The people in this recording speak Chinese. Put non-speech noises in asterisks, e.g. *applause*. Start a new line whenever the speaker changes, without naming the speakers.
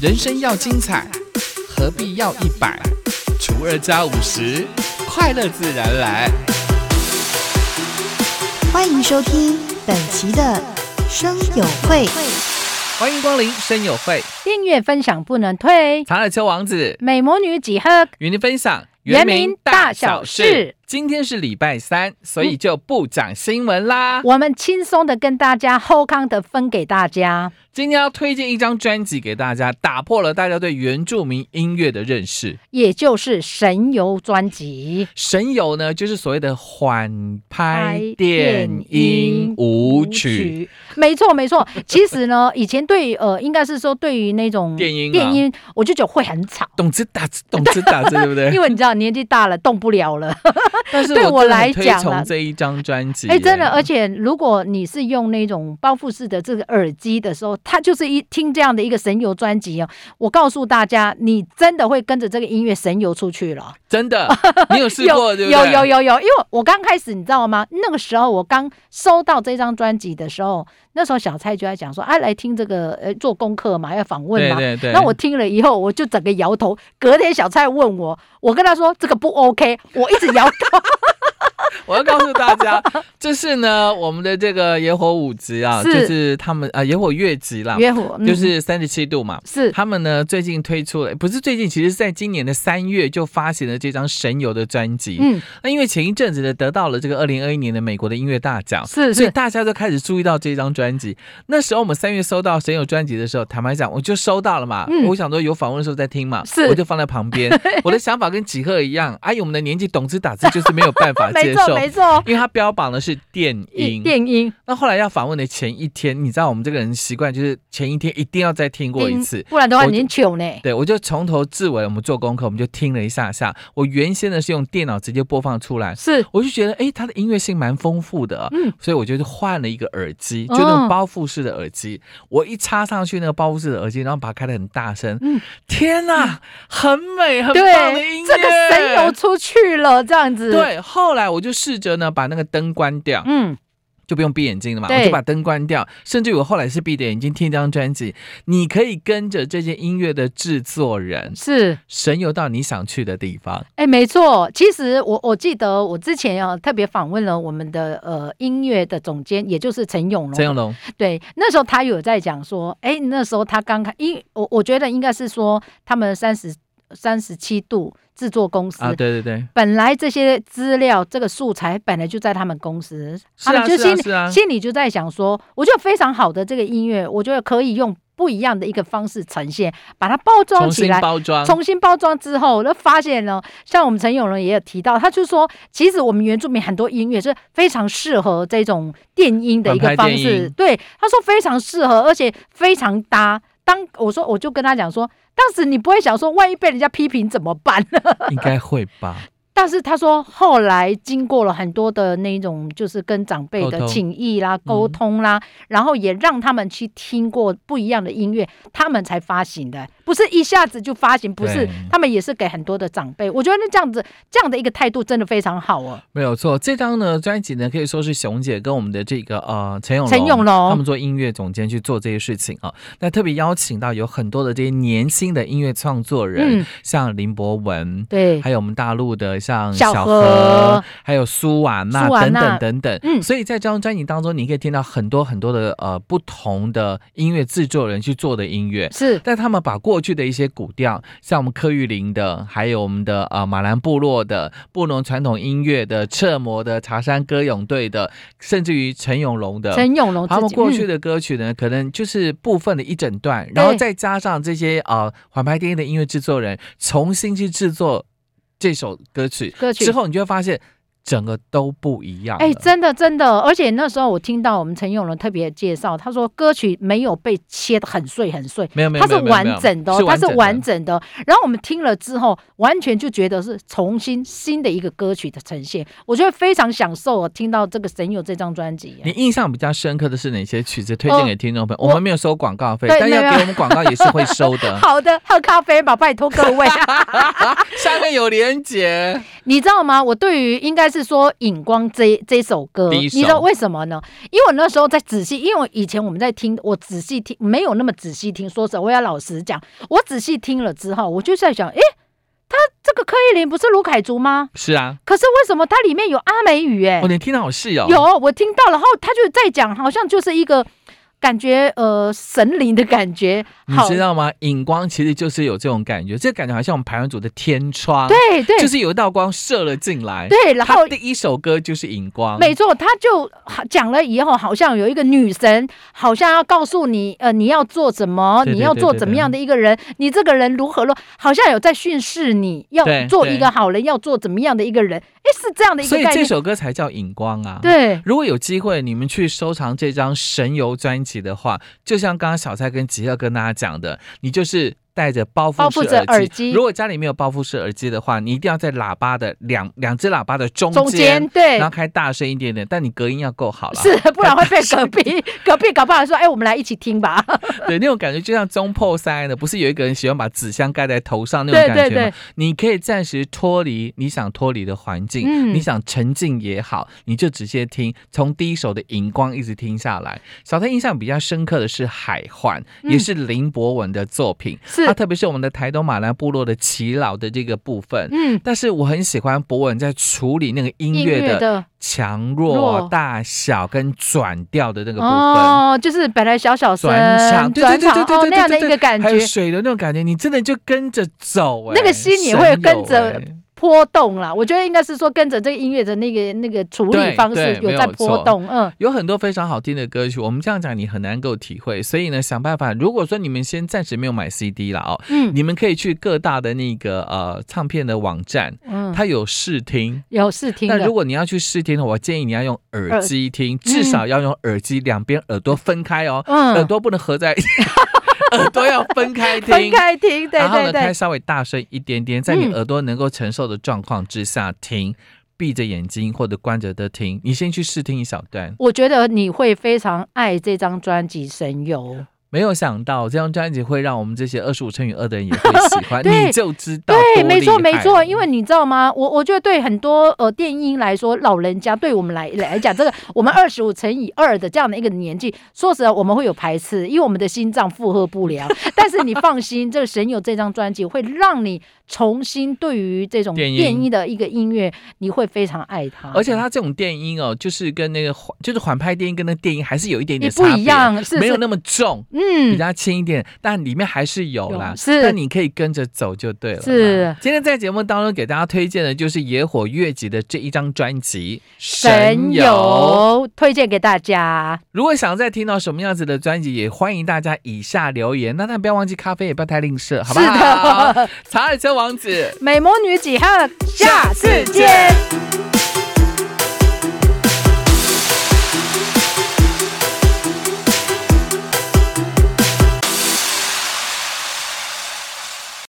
人生要精彩，何必要一百除二加五十？快乐自然来。
欢迎收听本期的生友会。
欢迎光临深友会，
订阅分享不能退。
查尔丘王子
美魔女几何？
与您分享
原名大小事。
今天是礼拜三，所以就不讲新闻啦。
我们轻松的跟大家后康的分给大家。
今天要推荐一张专辑给大家，打破了大家对原住民音乐的认识。
也就是神游专辑，
神游呢，就是所谓的缓拍电音舞曲，
没错没错。其实呢， *laughs* 以前对呃，应该是说对于那种
电音啊
电音，我就觉得会很吵，
懂之打之懂之打之，对不对？
因为你知道年纪大了动不了了。
但是
对
我
我
真的
来
很推
讲
崇
啦
这一张专辑，
哎，真的，而且如果你是用那种包覆式的这个耳机的时候，它就是一听这样的一个神游专辑哦。我告诉大家，你真的会跟着这个音乐神游出去了。
真的，你有试过对不对？
哦有有有有，因为我刚开始你知道吗？那个时候我刚收到这张专辑的时候，那时候小蔡就在讲说，哎、啊，来听这个呃做功课嘛，要访问
对
嘛。
对对。
那我听了以后，我就整个摇头。隔天小蔡问我，我跟他说这个不 OK，我一直摇头。
我要告诉大家， *laughs* 就是呢，我们的这个野火舞集啊，
是
就是他们啊，野火乐集啦，
约我、嗯
就是三十七度嘛。
是
他们呢最近推出了，不是最近，其实在今年的三月就发行了这张《神游》的专辑。
嗯
那因为前一阵子呢得到了这个二零二一年的美国的音乐大奖，
是
所以
是
大家都开始注意到这张专辑。那时候我们三月收到神友专辑的时候，坦白讲，我就收到了嘛。
嗯
我想说有访问的时候再听嘛，
是
我就放在旁
*laughs*
边。我的想法跟几何一样，阿姨我们的年纪懂字打字就是没有办
*laughs*
法接
没错
受。
没错，
因为它标榜的是电音，
电音
那后来要访问的前一天，你知道我们这个人习惯就是前一天一定要再听过一
电
次，
不然的话
我就
你很糗呢。
对，我就从头至尾，我们做功课，我们就听了一下下。我原先呢是用电脑直接播放出来，
是
我就觉得诶，它的音乐性蛮丰富的，啊
嗯
所以我就是换了一个耳机，就
哦
那种包覆式的耳机。我一插上去那个包覆式的耳机，然后把它开得很大声，
嗯
天哪，很美，很棒的音乐，
对，这个神游出去了，这样子。，
对，后来我就试着呢把那个灯关掉，
嗯，
就不用闭眼睛了嘛，
对
我就把灯关掉，甚至我后来是闭着眼睛听这张专辑。你可以跟着这些音乐的制作人
是。
神游到你想去的地方。
哎，没错，其实我我记得我之前啊特别访问了我们的呃音乐的总监，也就是陈永龙。
陈永龙，
对，那时候他有在讲说，哎，那时候他刚开，因我我觉得应该是说他们三十三十七度制作公司。
啊，对对对，
本来这些资料、这个素材本来就在他们公司，
是
他
啊
们就是
啊
心
是啊，
心里就在想说，我觉得非常好的这个音乐，我觉得可以用不一样的一个方式呈现，把它包装
重
起
新
来，
包装，
重新包装之后，就发现呢，像我们陈永仁也有提到，他就说，其实我们原住民很多音乐是非常适合这种电音的一个
反派
方
电
式
音，
对，他说非常适合，而且非常搭。当我说，我就跟他讲说，当时你不会想说，万一被人家批评怎么办呢？
应该会吧？
但是他说，后来经过了很多的那种，就是跟长辈
沟
的
通
请意啦、沟
嗯
通啦，然后也让他们去听过不一样的音乐，他们才发行的，不是一下子就发行，不是
对，
他们也是给很多的长辈。我觉得那这样子，这样的一个态度真的非常好哦、
没有错，这张呢专辑呢可以说是熊姐跟我们的这个呃陈永
陈永龙
他们做音乐总监去做这些事情啊。那特别邀请到有很多的这些年轻的音乐创作人，
嗯
像林博文，
对，
还有我们大陆的像
小
小
何
何，还有苏瓦娜
苏瓦
等
娜
等等等。
嗯
所以在这张专辑当中，你可以听到很多很多的呃不同的音乐制作人去做的音乐。
是
但他们把过去的一些古调，像我们柯玉林的，还有我们的呃马兰部落的、布农传统音乐的、彻摩的、茶山歌咏队的，甚至于陈永龙的，
陈永龙自己
他们过去
嗯
的歌曲呢，可能就是部分的一整段，然后再加上这些呃缓拍电影的音乐制作人重新去制作这首歌曲，
歌曲
之后，你就会发现整个都不一样了。
哎、真的真的，而且那时候我听到我们陈永伦特别介绍，他说歌曲没有被切得很碎很碎，
没有没有
它是
没有没有
完整的、哦
是，
它
完
是
整的
完整的哦。然后我们听了之后，完全就觉得是重新新的一个歌曲的呈现，我觉得非常享受哦。听到这个《神友》这张专辑啊，
你印象比较深刻的是哪些曲子？推荐给听众朋友。
哦我
我们没有收广告费，
对
但要
没有
给我们广告也是会收的。
*laughs* 好的，喝
*laughs*
咖啡吧，拜托各位。
下面有连结，
你知道吗？我对于应该是说《影光这》这首歌，
第一
你
首
知道为什么呢？因为我那时候在仔细，因为我以前我们在听，我仔细听没有那么仔细听，说实话，我要老实讲，我仔细听了之后，我就在想，诶，他这个柯以林不是卢凯族吗？
是啊，
可是为什么它里面有阿美语、诶，
哦，你听到好细哦，
哎有我听到，然后他就在讲，好像就是一个感觉呃神灵的感觉，
你
好，
知道吗？影光其实就是有这种感觉，这个感觉好像我们排湾组的天窗，，
对对、
就是有一道光射了进来。
对，然后
他第一首歌就是《荧光》，
没错，他就讲了以后，好像有一个女神，好像要告诉你，呃，你要做什么，
对对
你要做怎么样的一个人，你这个人如何了，好像有在训示你要
对
做
对
一个好人，要做怎么样的一个人，哎，是这样的一
所
个
以
概
这
念，
首歌才叫《荧光》啊。。
对。
如果有机会你们去收藏这张神游专辑的话，就像刚刚小蔡跟吉乐跟大家讲的，你就是带着包覆
包覆
式
式
耳机。
耳机
如果家里没有包覆式耳机的话，你一定要在喇叭的两两只喇叭的中
中间对
然后开大声一点点，但你隔音要够好了。
是，不然会被隔壁 *laughs* 隔壁搞不好说，哎，我们来一起
*laughs*
听吧。 *laughs*
对，那种感觉就像中破塞的，不是有一个人喜欢把纸箱盖在头上那种
对
感觉吗？
对对
你可以暂时脱离你想脱离的环境，
嗯
你想沉浸也好，你就直接听，从第一首的荧光一直听下来。小蔡印象比较深刻的是《海幻》，也
嗯
是林博文的作品，
是
它，特别是我们的台东马兰部落的耆老的这个部分。
嗯，
但是我很喜欢博文在处理那个音
音
乐
乐
的
的
强弱、
弱
大小跟转调的那个部分。
哦，就是本来小小声
转场，对对对对
转场哦
对对对对
那样的一个感
还有
觉，
水的那种感觉，你真的就跟着走、哎
那个心也会跟着
神游哎
波动啦。我觉得应该是说跟着这个音乐的那个那个处
对
理方
对
式有
没
在
有
波
错
动，嗯。
有很多非常好听的歌曲，我们这样讲你很难够体会，所以呢，想办法。如果说你们先暂时没有买 CD 啦哦，
嗯
你们可以去各大的那个呃唱片的网站，
嗯，
它有试听。
有试听
但
的
如，果你要去试听的话，我建议你要用耳
耳
机听，至少要用耳机，两边耳朵分开哦，
嗯
耳朵不能合在一起， *laughs* 耳朵要分开听，
分开听，对
然后
对
呢，啊开
对，
稍微大声一点点，在你
嗯
耳朵能够承受的状况之下听，闭着眼睛或者关着的听。你先去试听一小段。
我觉得你会非常爱这张专辑《神游》，
没有想到这张专辑会让我们这些二十五乘以二的人也会喜欢，
*laughs* 对
你就知道
对，
多
没错
厉害
没错，因为你知道吗？我我觉得对很多呃电音来说，老人家对我们来 *laughs* 来讲，这个我们二十五乘以二的这样的一个年纪，说实话我们会有排斥，因为我们的心脏负荷
*laughs*
不良。但是你放心，这个《神游》这张专辑会让你重新对于这种
电音
电音的一个音乐，你会非常爱它，
而且它这种电音哦，就是跟那个缓就是缓拍电音跟那电音还是有一点
也
点
不
差别，
一样，是
没有
是
那么重，比
嗯，
较轻一点，但里面还是有啦
有。是
但你可以跟着走就对了啦。
是
今天在节目当中给大家推荐的就是野火乐集的这一张专辑《
神游推荐给大家。
如果想再听到什么样子的专辑，也欢迎大家以下留言。那但不要忘记咖啡，也不要太吝啬，好不好？ *laughs*
是的， *laughs*
查尔车王子，
美魔女几号？下次见。